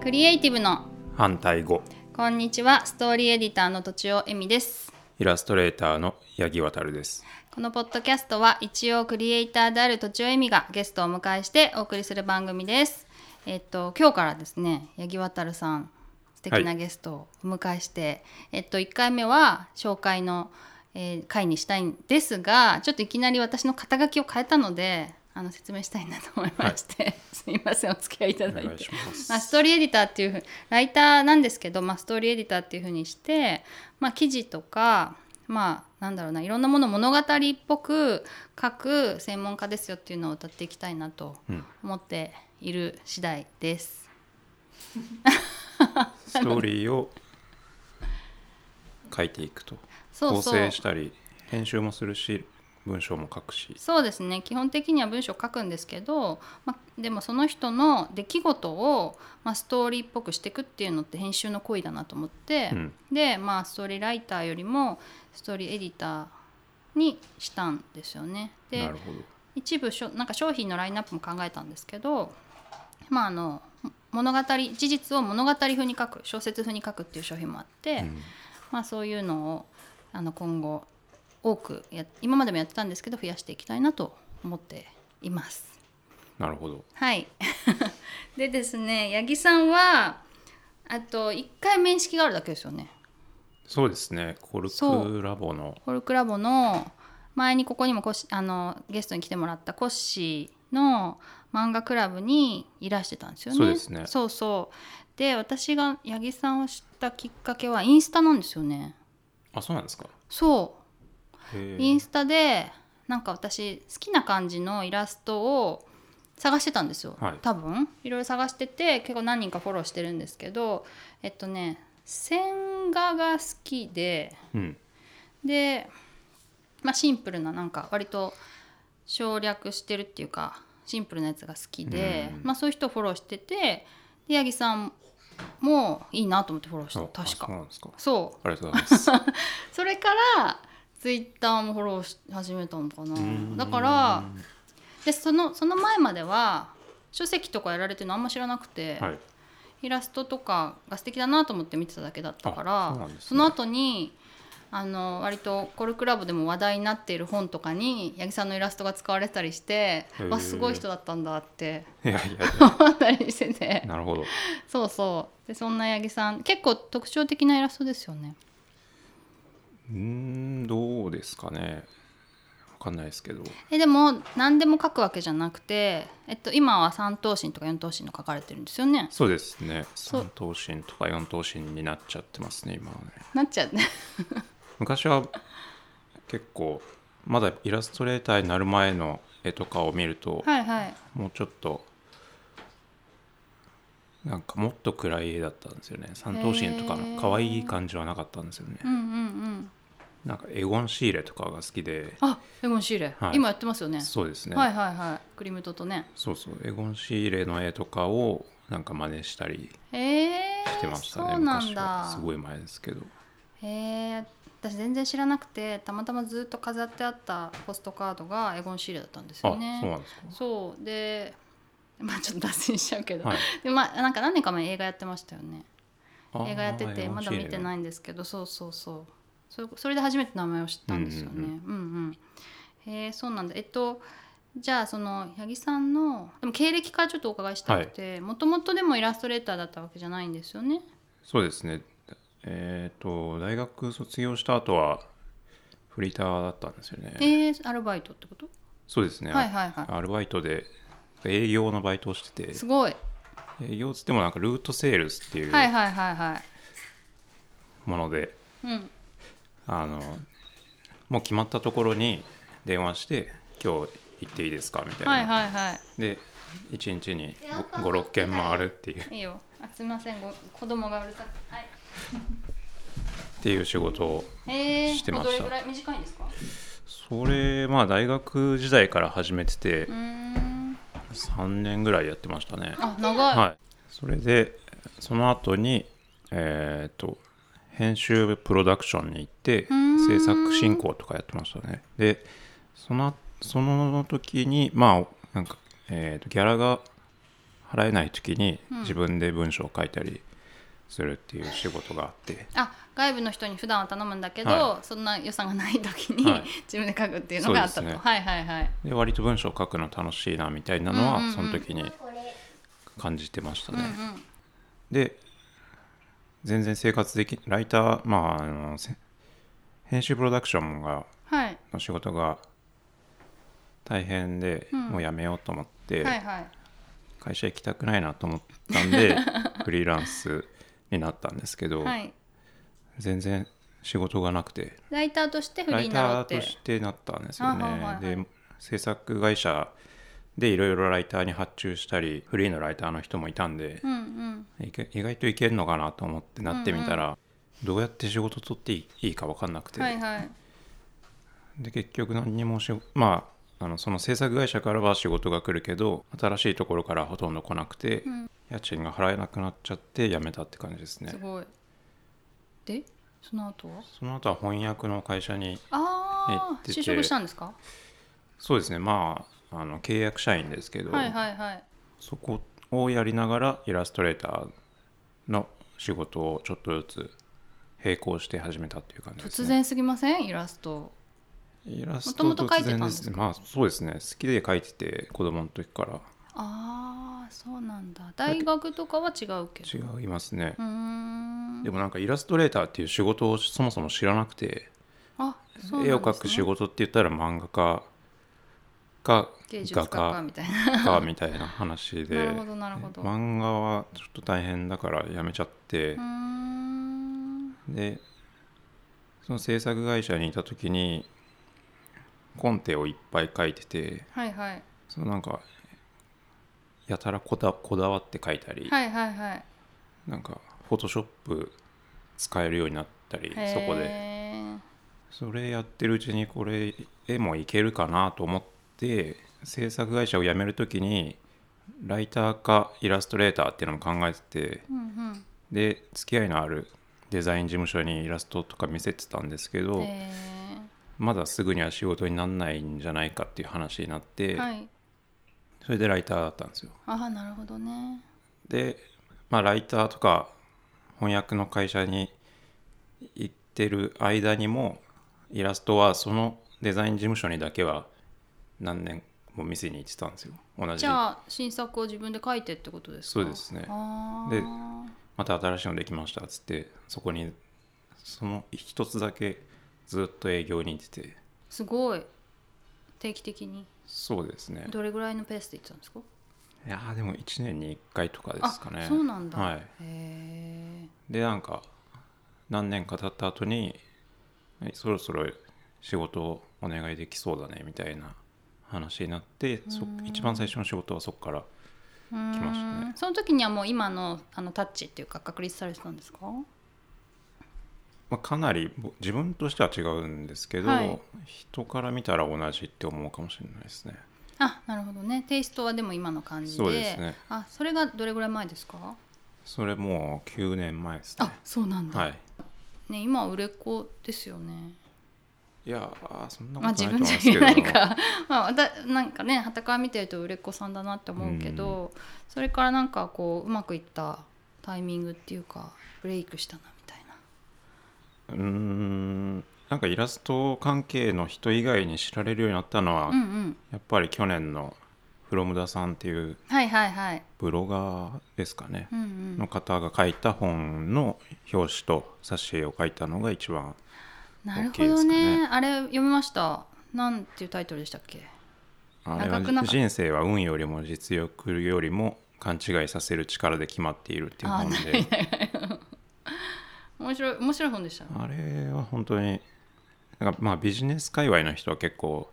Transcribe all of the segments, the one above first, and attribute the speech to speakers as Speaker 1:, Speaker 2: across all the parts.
Speaker 1: クリエイティブの
Speaker 2: 反対語
Speaker 1: こんにちはストーリーエディターのとちおえみです
Speaker 2: イラストレーターの八木渉です
Speaker 1: このポッドキャストは一応クリエイターであるとちおえみがゲストをお迎えしてお送りする番組ですえっと今日からですね八木渉さん素敵
Speaker 2: は
Speaker 1: ないゲストをお迎えして、えっと1回目は紹介の、えー回にしたいんですがちょっといきなり私の肩書きを変えたのであの説明したいなと思いまして、 すいませんお付き合いいた
Speaker 2: お
Speaker 1: だい
Speaker 2: 願い
Speaker 1: て
Speaker 2: します
Speaker 1: まあ、ストーリーエディターっていうふうライターなんですけど、まあ、ストーリーエディターっていうふうにして、まあ、記事とか、まあ、なんだろうないろんなものを物語っぽく書く専門家ですよっていうのを歌っていきたいなと
Speaker 2: うん
Speaker 1: 思っている次第です。
Speaker 2: ストーリーを書いていくと
Speaker 1: そうそ
Speaker 2: 構
Speaker 1: う
Speaker 2: 成したり編集もするし文章も書くし
Speaker 1: そうですね基本的には文章を書くんですけど、まあ、でもその人の出来事を、まあ、ストーリーっぽくしていくっていうのって編集の行為だなと思って、
Speaker 2: うん
Speaker 1: で、まあ、ストーリーライターよりもストーリーエディターにしたんですよね。
Speaker 2: な
Speaker 1: で
Speaker 2: るほど
Speaker 1: 一部しょなんか商品のラインナップも考えたんですけど、まあ、あの物語事実を物語風に書く小説風に書くっていう商品もあって、
Speaker 2: うん
Speaker 1: まあ、そういうのをあの今後多くや今までもやってたんですけど増やしていきたいなと思っています。
Speaker 2: なるほど
Speaker 1: はい でですね八木さんはあと1回面識があるだけですよね。
Speaker 2: そうですねコル
Speaker 1: そう
Speaker 2: クラボの
Speaker 1: コルクラボの前にここにもコッシーあのゲストに来てもらったコッシーの漫画クラブにいらしてたんですよね。
Speaker 2: そうですね
Speaker 1: そうそうで私が八木さんを知ったきっかけはインスタなんですよね。
Speaker 2: あそうなんですか
Speaker 1: そう
Speaker 2: へ
Speaker 1: イン
Speaker 2: え
Speaker 1: スタでなんか私好きな感じのイラストを探してたんですよ、
Speaker 2: はい
Speaker 1: 多分いろいろ探してて結構何人かフォローしてるんですけどえっとね線画が好きで
Speaker 2: うん
Speaker 1: で、まあ、シンプルななんか割と省略してるっていうかシンプルなやつが好きで、
Speaker 2: うん
Speaker 1: まあ、そういう人をフォローしててで八木さんもいいなと思ってフォローし
Speaker 2: あ
Speaker 1: た確
Speaker 2: あそう
Speaker 1: か
Speaker 2: なんですか
Speaker 1: そう
Speaker 2: ありがとうござい ます
Speaker 1: それからツイッターもフォローし始めたのかな
Speaker 2: うん
Speaker 1: だからでそのその前までは書籍とかやられてるのあんま知らなくて、
Speaker 2: はい
Speaker 1: イラストとかが素敵だなと思って見てただけだったから
Speaker 2: あそうなんですね
Speaker 1: の後にあの割とコルクラボでも話題になっている本とかに八木さんのイラストが使われてたりして
Speaker 2: ー
Speaker 1: わすごい人だったんだって
Speaker 2: いやいやい
Speaker 1: 思ったりして
Speaker 2: や
Speaker 1: て
Speaker 2: なるほど
Speaker 1: そうそうでそんな八木さん結構特徴的なイラストですよね。
Speaker 2: うーんどうですかねわかんないですけど
Speaker 1: えでも何でも書くわけじゃなくて、えっと、今は3等身とか4等身の書かれてるんですよね。
Speaker 2: そうですね
Speaker 1: そう
Speaker 2: 3等身とか4等身になっちゃってますね今はね
Speaker 1: なっちゃうね。
Speaker 2: 昔は結構まだイラストレーターになる前の絵とかを見ると、
Speaker 1: はいはい。
Speaker 2: もうちょっとなんかもっと暗い絵だったんですよね三等身とか
Speaker 1: へー
Speaker 2: の可愛い感じはなかったんですよね
Speaker 1: うんうんうん。
Speaker 2: なんかエゴン・シーレとかが好きで
Speaker 1: あエゴンシーレ、
Speaker 2: はい
Speaker 1: 今やってますよね
Speaker 2: そうですね、
Speaker 1: はいはいはい。クリムトとね。
Speaker 2: そうそうエゴン・シーレの絵とかをなんか真似したり
Speaker 1: えー、
Speaker 2: してましたね、
Speaker 1: そうなん
Speaker 2: 昔
Speaker 1: だ
Speaker 2: は。すごい前ですけど
Speaker 1: えー、私全然知らなくてたまたまずっと飾ってあったポストカードがエゴンシーレだったんです
Speaker 2: あ
Speaker 1: よ
Speaker 2: そう
Speaker 1: ね。
Speaker 2: なんです
Speaker 1: そうでまあちょっと脱線しちゃうけど、
Speaker 2: か、はい、
Speaker 1: でまあなんか何年か前映画やってましたよね。
Speaker 2: あー
Speaker 1: 映画やっててまだ見て
Speaker 2: い
Speaker 1: ないんですけどそうそうそうそれそれで初めて名前を知ったんですよね
Speaker 2: うん
Speaker 1: うんうん、へえそうなんだえっとじゃあその八木さんのでも経歴からちょっとお伺いしたくてもともとでもイラストレーターだったわけじゃないんですよね
Speaker 2: そうですねえっ、と大学卒業した後はフリーターだったんですよね
Speaker 1: えー、アルバイトってこと
Speaker 2: そうですね、
Speaker 1: はいはいは
Speaker 2: アルバイトで営業のバイトをしてて
Speaker 1: いすごい
Speaker 2: 営業っつってもなんかルートセールスってい
Speaker 1: はいうはいはいは
Speaker 2: もので、
Speaker 1: いうん
Speaker 2: あのもう決まったところに電話して今日行っていいですかみたいな、
Speaker 1: はいはいは
Speaker 2: で1日に56件回るっていう
Speaker 1: いいいよあすいませんご子供がうるさくてはい
Speaker 2: っていう仕事を
Speaker 1: え
Speaker 2: して
Speaker 1: ー、
Speaker 2: ま
Speaker 1: ど
Speaker 2: した
Speaker 1: れぐらい短いんですか
Speaker 2: それまあ大学時代から始めてて
Speaker 1: うーん
Speaker 2: 3年ぐらいやってましたね
Speaker 1: あ長い、
Speaker 2: はい、それでその後にえっ、と編集プロダクションに行って
Speaker 1: ーん
Speaker 2: 制作進行とかやってましたねでそのその時にまあなんか、えーとギャラが払えない時に
Speaker 1: うん
Speaker 2: 自分で文章を書いたりするっていう仕事があって、
Speaker 1: あ外部の人に普段は頼むんだけど、
Speaker 2: は
Speaker 1: そんな予算がない時に、
Speaker 2: はい
Speaker 1: 自分で書くっていうのがあったと、
Speaker 2: そうですね
Speaker 1: はいはいはい
Speaker 2: で割と文章を書くの楽しいなみたいなの
Speaker 1: うんうんうん
Speaker 2: はその時に感じてましたね。
Speaker 1: うんうん
Speaker 2: で全然生活できライターまああのせ編集プロダクションが
Speaker 1: はい
Speaker 2: の仕事が大変で、
Speaker 1: うん
Speaker 2: もうやめようと思って、
Speaker 1: はいはい
Speaker 2: 会社行きたくないなと思ったん でフリーランスになったんですけど、
Speaker 1: はい
Speaker 2: 全然仕事がなくて
Speaker 1: ライターとしてフリ
Speaker 2: ラ
Speaker 1: ー
Speaker 2: イ
Speaker 1: になろう
Speaker 2: ター
Speaker 1: って
Speaker 2: としてなったんですよね。
Speaker 1: あはいはいはい
Speaker 2: で制作会社でいろいろライターに発注したりフリーのライターの人もいたんで
Speaker 1: う、んうん
Speaker 2: いけ意外といけるのかなと思ってなってみたら、どうやって仕事取っていいいいか分かんなくて、
Speaker 1: はいはい
Speaker 2: で結局何にもしまああのその制作会社からは仕事が来るけど新しいところからほとんど来なくて、
Speaker 1: うん
Speaker 2: 家賃が払えなくなっちゃって辞めたって感じですね
Speaker 1: すごいでその後は
Speaker 2: その後は翻訳の会社に
Speaker 1: あ
Speaker 2: 行っ
Speaker 1: あ
Speaker 2: てて
Speaker 1: 就職したんですか
Speaker 2: そうですねまああの契約社員ですけど、
Speaker 1: はいはいはい
Speaker 2: そこをやりながらイラストレーターの仕事をちょっとずつ並行して始めたっていう感じです、
Speaker 1: 突
Speaker 2: ね、
Speaker 1: 然すぎませんイラスト
Speaker 2: イラス
Speaker 1: も
Speaker 2: ト
Speaker 1: ともと描いてたんですか
Speaker 2: ねまあそうですね好きで描いてて子供の時から
Speaker 1: ああそうなんだ大学とかは違うけど
Speaker 2: 違いますね
Speaker 1: う、ーん
Speaker 2: でもなんかイラストレーターっていう仕事をそもそも知らなくて
Speaker 1: あそうなんです、ね、
Speaker 2: 絵を描く仕事って言ったら漫画家か
Speaker 1: 芸術
Speaker 2: 画
Speaker 1: 家
Speaker 2: 家
Speaker 1: かみたいな
Speaker 2: かみたいな話で
Speaker 1: なるほどなるほどう
Speaker 2: 漫画はちょっと大変だからやめちゃって
Speaker 1: ー、ん
Speaker 2: でその制作会社にいた時にコンテをいっぱい書いてて
Speaker 1: はいはい
Speaker 2: そのなんかやたらこだこだわって書いたり、
Speaker 1: はいはいはい
Speaker 2: なんかフォトショップ使えるようになったりそこで
Speaker 1: へ
Speaker 2: それやってるうちにこれ絵もいけるかなと思って制作会社を辞める時にライターかイラストレーターっていうのも考えてて
Speaker 1: ーうんうん
Speaker 2: で付き合いのあるデザイン事務所にイラストとか見せてたんですけど、
Speaker 1: へ
Speaker 2: まだすぐには仕事にならないんじゃないかっていう話になって、
Speaker 1: ーはい
Speaker 2: それでライターだったんですよ。
Speaker 1: ああなるほどね
Speaker 2: で、まあ、ライターとか翻訳の会社に行ってる間にもイラストはそのデザイン事務所にだけは何年も店に行ってたんですよ同じ
Speaker 1: じゃあ新作を自分で書いてってことですか
Speaker 2: そうですね
Speaker 1: あー
Speaker 2: でまた新しいのできましたっつってそこにその一つだけずっと営業に行ってて
Speaker 1: すごい定期的に
Speaker 2: そうですね
Speaker 1: どれぐらいのペースでいってたんですか
Speaker 2: いやーでも1年に1回とかですかね
Speaker 1: あそうなんだ、
Speaker 2: はい、
Speaker 1: へ
Speaker 2: でなんか何年か経った後にはいそろそろ仕事をお願いできそうだねみたいな話になってそ一番最初の仕事はそこから
Speaker 1: えん
Speaker 2: 来ましたね
Speaker 1: その時にはもう今のあのタッチっていうか確立されてたんですか
Speaker 2: まあ、かなりぼ自分としては違うんですけど、
Speaker 1: はい
Speaker 2: 人から見たら同じって思うかもしれないですね
Speaker 1: あなるほどねテイストはでも今の感じで
Speaker 2: そうですね
Speaker 1: あそれがどれぐらい前ですか
Speaker 2: それもう9年前ですね
Speaker 1: あそうなんだ、
Speaker 2: はい
Speaker 1: ね今は売れっ子ですよね
Speaker 2: いやーそんな
Speaker 1: まあ
Speaker 2: こと
Speaker 1: 自
Speaker 2: な
Speaker 1: 分
Speaker 2: いと思いま
Speaker 1: じゃ
Speaker 2: す
Speaker 1: 言
Speaker 2: け
Speaker 1: え
Speaker 2: ど
Speaker 1: ないか まあわたなんかねはたから見てると売れっ子さんだなって思うけど、それからなんかこううまくいったタイミングっていうかブレイクしたなみたいな
Speaker 2: うーんなんかイラスト関係の人以外に知られるようになったのは、
Speaker 1: うんうん
Speaker 2: やっぱり去年のフロムダさんっていう
Speaker 1: はいはいはい
Speaker 2: ブロガーですかね、
Speaker 1: うんうん
Speaker 2: の方が書いた本の表紙と挿絵を書いたのが一番
Speaker 1: なるほ
Speaker 2: OK で
Speaker 1: ど
Speaker 2: すか
Speaker 1: ね
Speaker 2: ね
Speaker 1: あれ読みましたなんていうタイトルでしたっけ
Speaker 2: あれは
Speaker 1: 長くなかった
Speaker 2: 人生は運よりも実力よりも勘違いさせる力で決まっているっていう
Speaker 1: あ
Speaker 2: 本で
Speaker 1: 面白い面白い本でしたね
Speaker 2: あれは本当になんかまあビジネス界隈の人は結構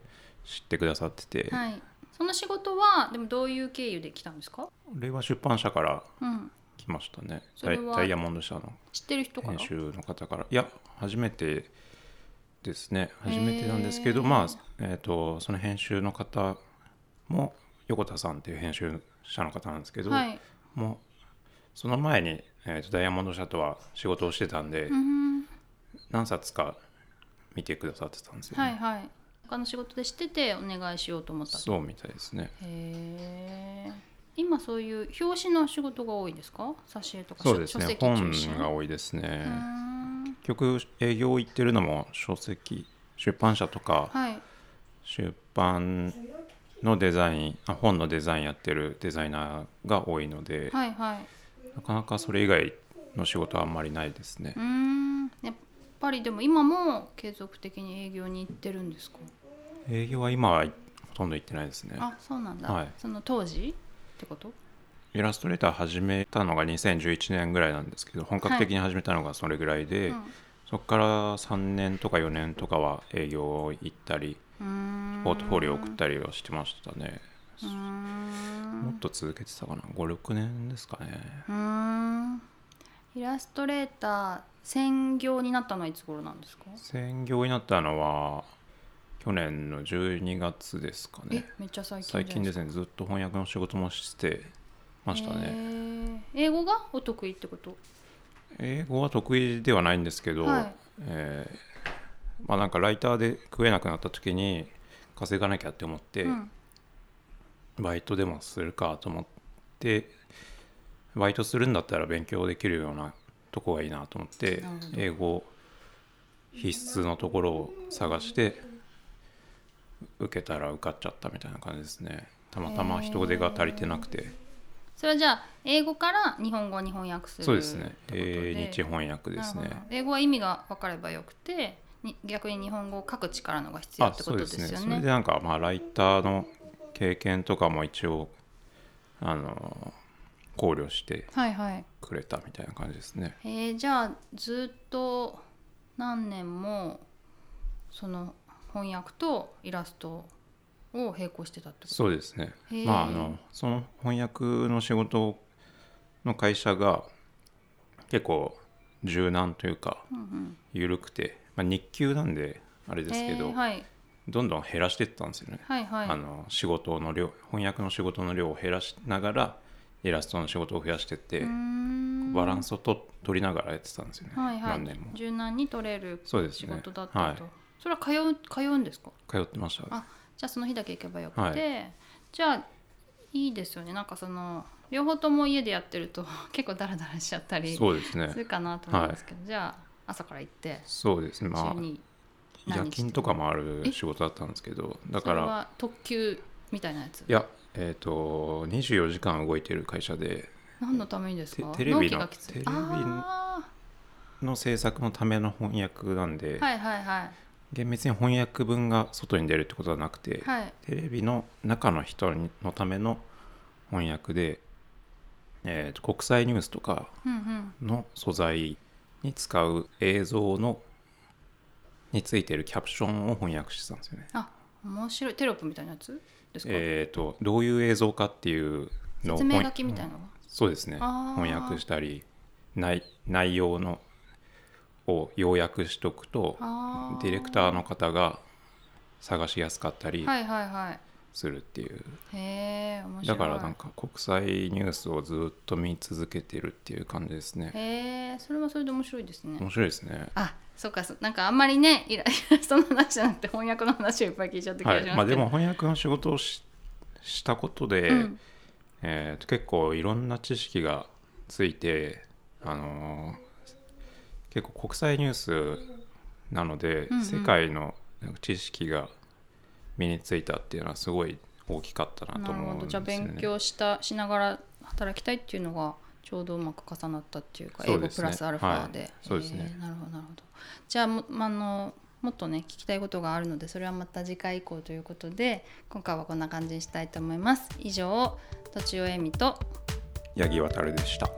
Speaker 2: 知ってくださってて、
Speaker 1: はいその仕事はでもどういう経由で来たんですか
Speaker 2: これは出版社から
Speaker 1: うん
Speaker 2: 来ましたね
Speaker 1: そ
Speaker 2: ダ
Speaker 1: れ
Speaker 2: イ
Speaker 1: は
Speaker 2: ダイヤモンド社の
Speaker 1: 知ってる人かな
Speaker 2: 編集の方からいや初めてですね初めてなんですけど、
Speaker 1: へー
Speaker 2: まあ、えー、とその編集の方も横田さんっていう編集者の方なんですけど、
Speaker 1: はい
Speaker 2: もうその前に、えー、とダイヤモンド社とは仕事をしてたんで、
Speaker 1: うん
Speaker 2: 何冊か見てくださってたんですよ、ね
Speaker 1: はいはい他の仕事で知っててお願いしようと思ったと
Speaker 2: そうみたいですね
Speaker 1: へえ今そういう表紙の仕事が多いですか挿絵とか
Speaker 2: そうですね
Speaker 1: 書
Speaker 2: 本
Speaker 1: 籍中心
Speaker 2: が多いですね
Speaker 1: うーん
Speaker 2: 結局営業行ってるのも書籍出版社とか
Speaker 1: はい
Speaker 2: 出版のデザインあ本のデザインやってるデザイナーが多いので、
Speaker 1: はいはい
Speaker 2: なかなかそれ以外の仕事はあんまりないですね
Speaker 1: うーんやっぱりでも今も継続的に営業に行ってるんですか
Speaker 2: 営業は今はほとんど行ってないですね
Speaker 1: あそうなんだ、
Speaker 2: はい
Speaker 1: その当時ってこと
Speaker 2: イラストレーター始めたのが2011年ぐらいなんですけど本格的に始めたのがそれぐらいで、
Speaker 1: うん
Speaker 2: そこから3年とか4年とかは営業行ったり
Speaker 1: うーん
Speaker 2: ポートフォリオ送ったりはしてましたね、
Speaker 1: うーん
Speaker 2: もっと続けてたかな56年ですかね
Speaker 1: うーんイラストレーター専業になったのはいつ頃なんですか、
Speaker 2: 専業になったのは去年の12月ですかね
Speaker 1: えめっちゃ最近
Speaker 2: 最近ですすねずっと翻訳の仕事もしてましたね、
Speaker 1: 英語がお得意ってこと
Speaker 2: 英語は得意ではないんですけど、
Speaker 1: はい
Speaker 2: えーまあなんかライターで食えなくなった時に稼がなきゃって思って、
Speaker 1: うん
Speaker 2: バイトでもするかと思ってバイトするんだったら勉強できるようなとこがいいなと思って
Speaker 1: なるほど
Speaker 2: 英語必須のところを探して受けたら受かっちゃったみたいな感じですねたまたま人手が足りてなくて、
Speaker 1: それはじゃあ英語から日本語に翻訳する
Speaker 2: そうですね
Speaker 1: ってことで
Speaker 2: 英日翻訳です
Speaker 1: な
Speaker 2: ね
Speaker 1: るほど英語は意味が分かればよくてに逆に日本語を書く力の方が必要ってことですよね。
Speaker 2: それでなんかまあライターの経験とかも一応あの考慮して
Speaker 1: はいはい
Speaker 2: くれたみたいな感じですね。
Speaker 1: えーじゃあずっと何年もその翻訳とイラストを並行してたってこと
Speaker 2: そうですね
Speaker 1: へ。え
Speaker 2: まああのその翻訳の仕事の会社が結構柔軟というか
Speaker 1: うんうん
Speaker 2: 緩くて、まあ、日給なんであれですけ
Speaker 1: え
Speaker 2: ど、
Speaker 1: ーはい
Speaker 2: どんどん減らしていったんですよね。
Speaker 1: はいはい
Speaker 2: あの仕事の量翻訳の仕事の量を減らしながらイラストの仕事を増やしてって。バラン
Speaker 1: ス
Speaker 2: スをと取りながらやってたんですよね、
Speaker 1: はいはい
Speaker 2: 何年も
Speaker 1: 柔軟に取れる
Speaker 2: そうです
Speaker 1: 仕
Speaker 2: ね
Speaker 1: 事だったと、
Speaker 2: はい
Speaker 1: それは通う通うんですか
Speaker 2: 通ってました
Speaker 1: あじゃあその日だけ行けばよくて、
Speaker 2: は
Speaker 1: じゃあいいですよねなんかその両方とも家でやってると 結構ダラダラしちゃったり
Speaker 2: そうです
Speaker 1: す
Speaker 2: ね
Speaker 1: るかなと思うんですけど、じゃあ朝から行って
Speaker 2: そうですねま
Speaker 1: 週に
Speaker 2: あ夜勤とかもある
Speaker 1: え
Speaker 2: 仕事だったんですけどだ
Speaker 1: それ
Speaker 2: から
Speaker 1: は特急みたいなやつ
Speaker 2: いやえっ、と24時間動いてる会社で
Speaker 1: 何のためにですか
Speaker 2: テテレビの
Speaker 1: 納期がきつい
Speaker 2: テレビの
Speaker 1: あ
Speaker 2: の制作のための翻訳なん
Speaker 1: ー
Speaker 2: で、
Speaker 1: はいはいはい
Speaker 2: 厳密に翻訳文が外に出るってことはなくて、
Speaker 1: はい
Speaker 2: テレビの中の人にのための翻訳で、えーと国際ニュースとか
Speaker 1: うんうん
Speaker 2: の素材に使う映像のについてるキャプションを翻訳してたんですよね。
Speaker 1: あ面白いテロップみたいなやつですか、
Speaker 2: えっ、とどういう映像かっていうのを
Speaker 1: 説明書きみたい
Speaker 2: 翻
Speaker 1: なのが
Speaker 2: そうですね
Speaker 1: あー
Speaker 2: 翻訳したり内内容のを要約しとくと
Speaker 1: あ
Speaker 2: ディレクター
Speaker 1: の
Speaker 2: の方が探しやすかったり
Speaker 1: はいはいは
Speaker 2: するっていう、
Speaker 1: いへえ面白
Speaker 2: だ
Speaker 1: い
Speaker 2: からなんか国際ニュースをずっと見続けてるっていう感じですね。
Speaker 1: へえそれはそれで面白いですね
Speaker 2: 面白いですね。
Speaker 1: あそうかそうなんかあんまりねイライラストの話じゃなくて翻訳の話をいっぱい聞いちゃった気
Speaker 2: は
Speaker 1: がしますけ
Speaker 2: い
Speaker 1: ど、
Speaker 2: まあ、でも翻訳の仕事をししたことで、
Speaker 1: うん
Speaker 2: えーと結構いろんな知識がついて、あのー結構国際ニュースなので、
Speaker 1: うんうん
Speaker 2: 世界のなんか知識が身についたっていうのはすごい大きかったな
Speaker 1: な
Speaker 2: と
Speaker 1: る
Speaker 2: 思うん
Speaker 1: ほど
Speaker 2: で
Speaker 1: じ
Speaker 2: す
Speaker 1: ゃ
Speaker 2: よ
Speaker 1: あ
Speaker 2: ね。
Speaker 1: 勉強したしながら働きたいっていうのがちょうどうまく重なったっていうか
Speaker 2: そう
Speaker 1: 英語
Speaker 2: です
Speaker 1: プ
Speaker 2: ね
Speaker 1: ラスアルファで、
Speaker 2: はいそうですね
Speaker 1: えーなるほどなるほどじゃあも,、まあ、あのもっとね聞きたいことがあるのでそれはまた次回以降ということで今回はこんな感じにしたいと思います以上とちおえみと
Speaker 2: 八木渉でした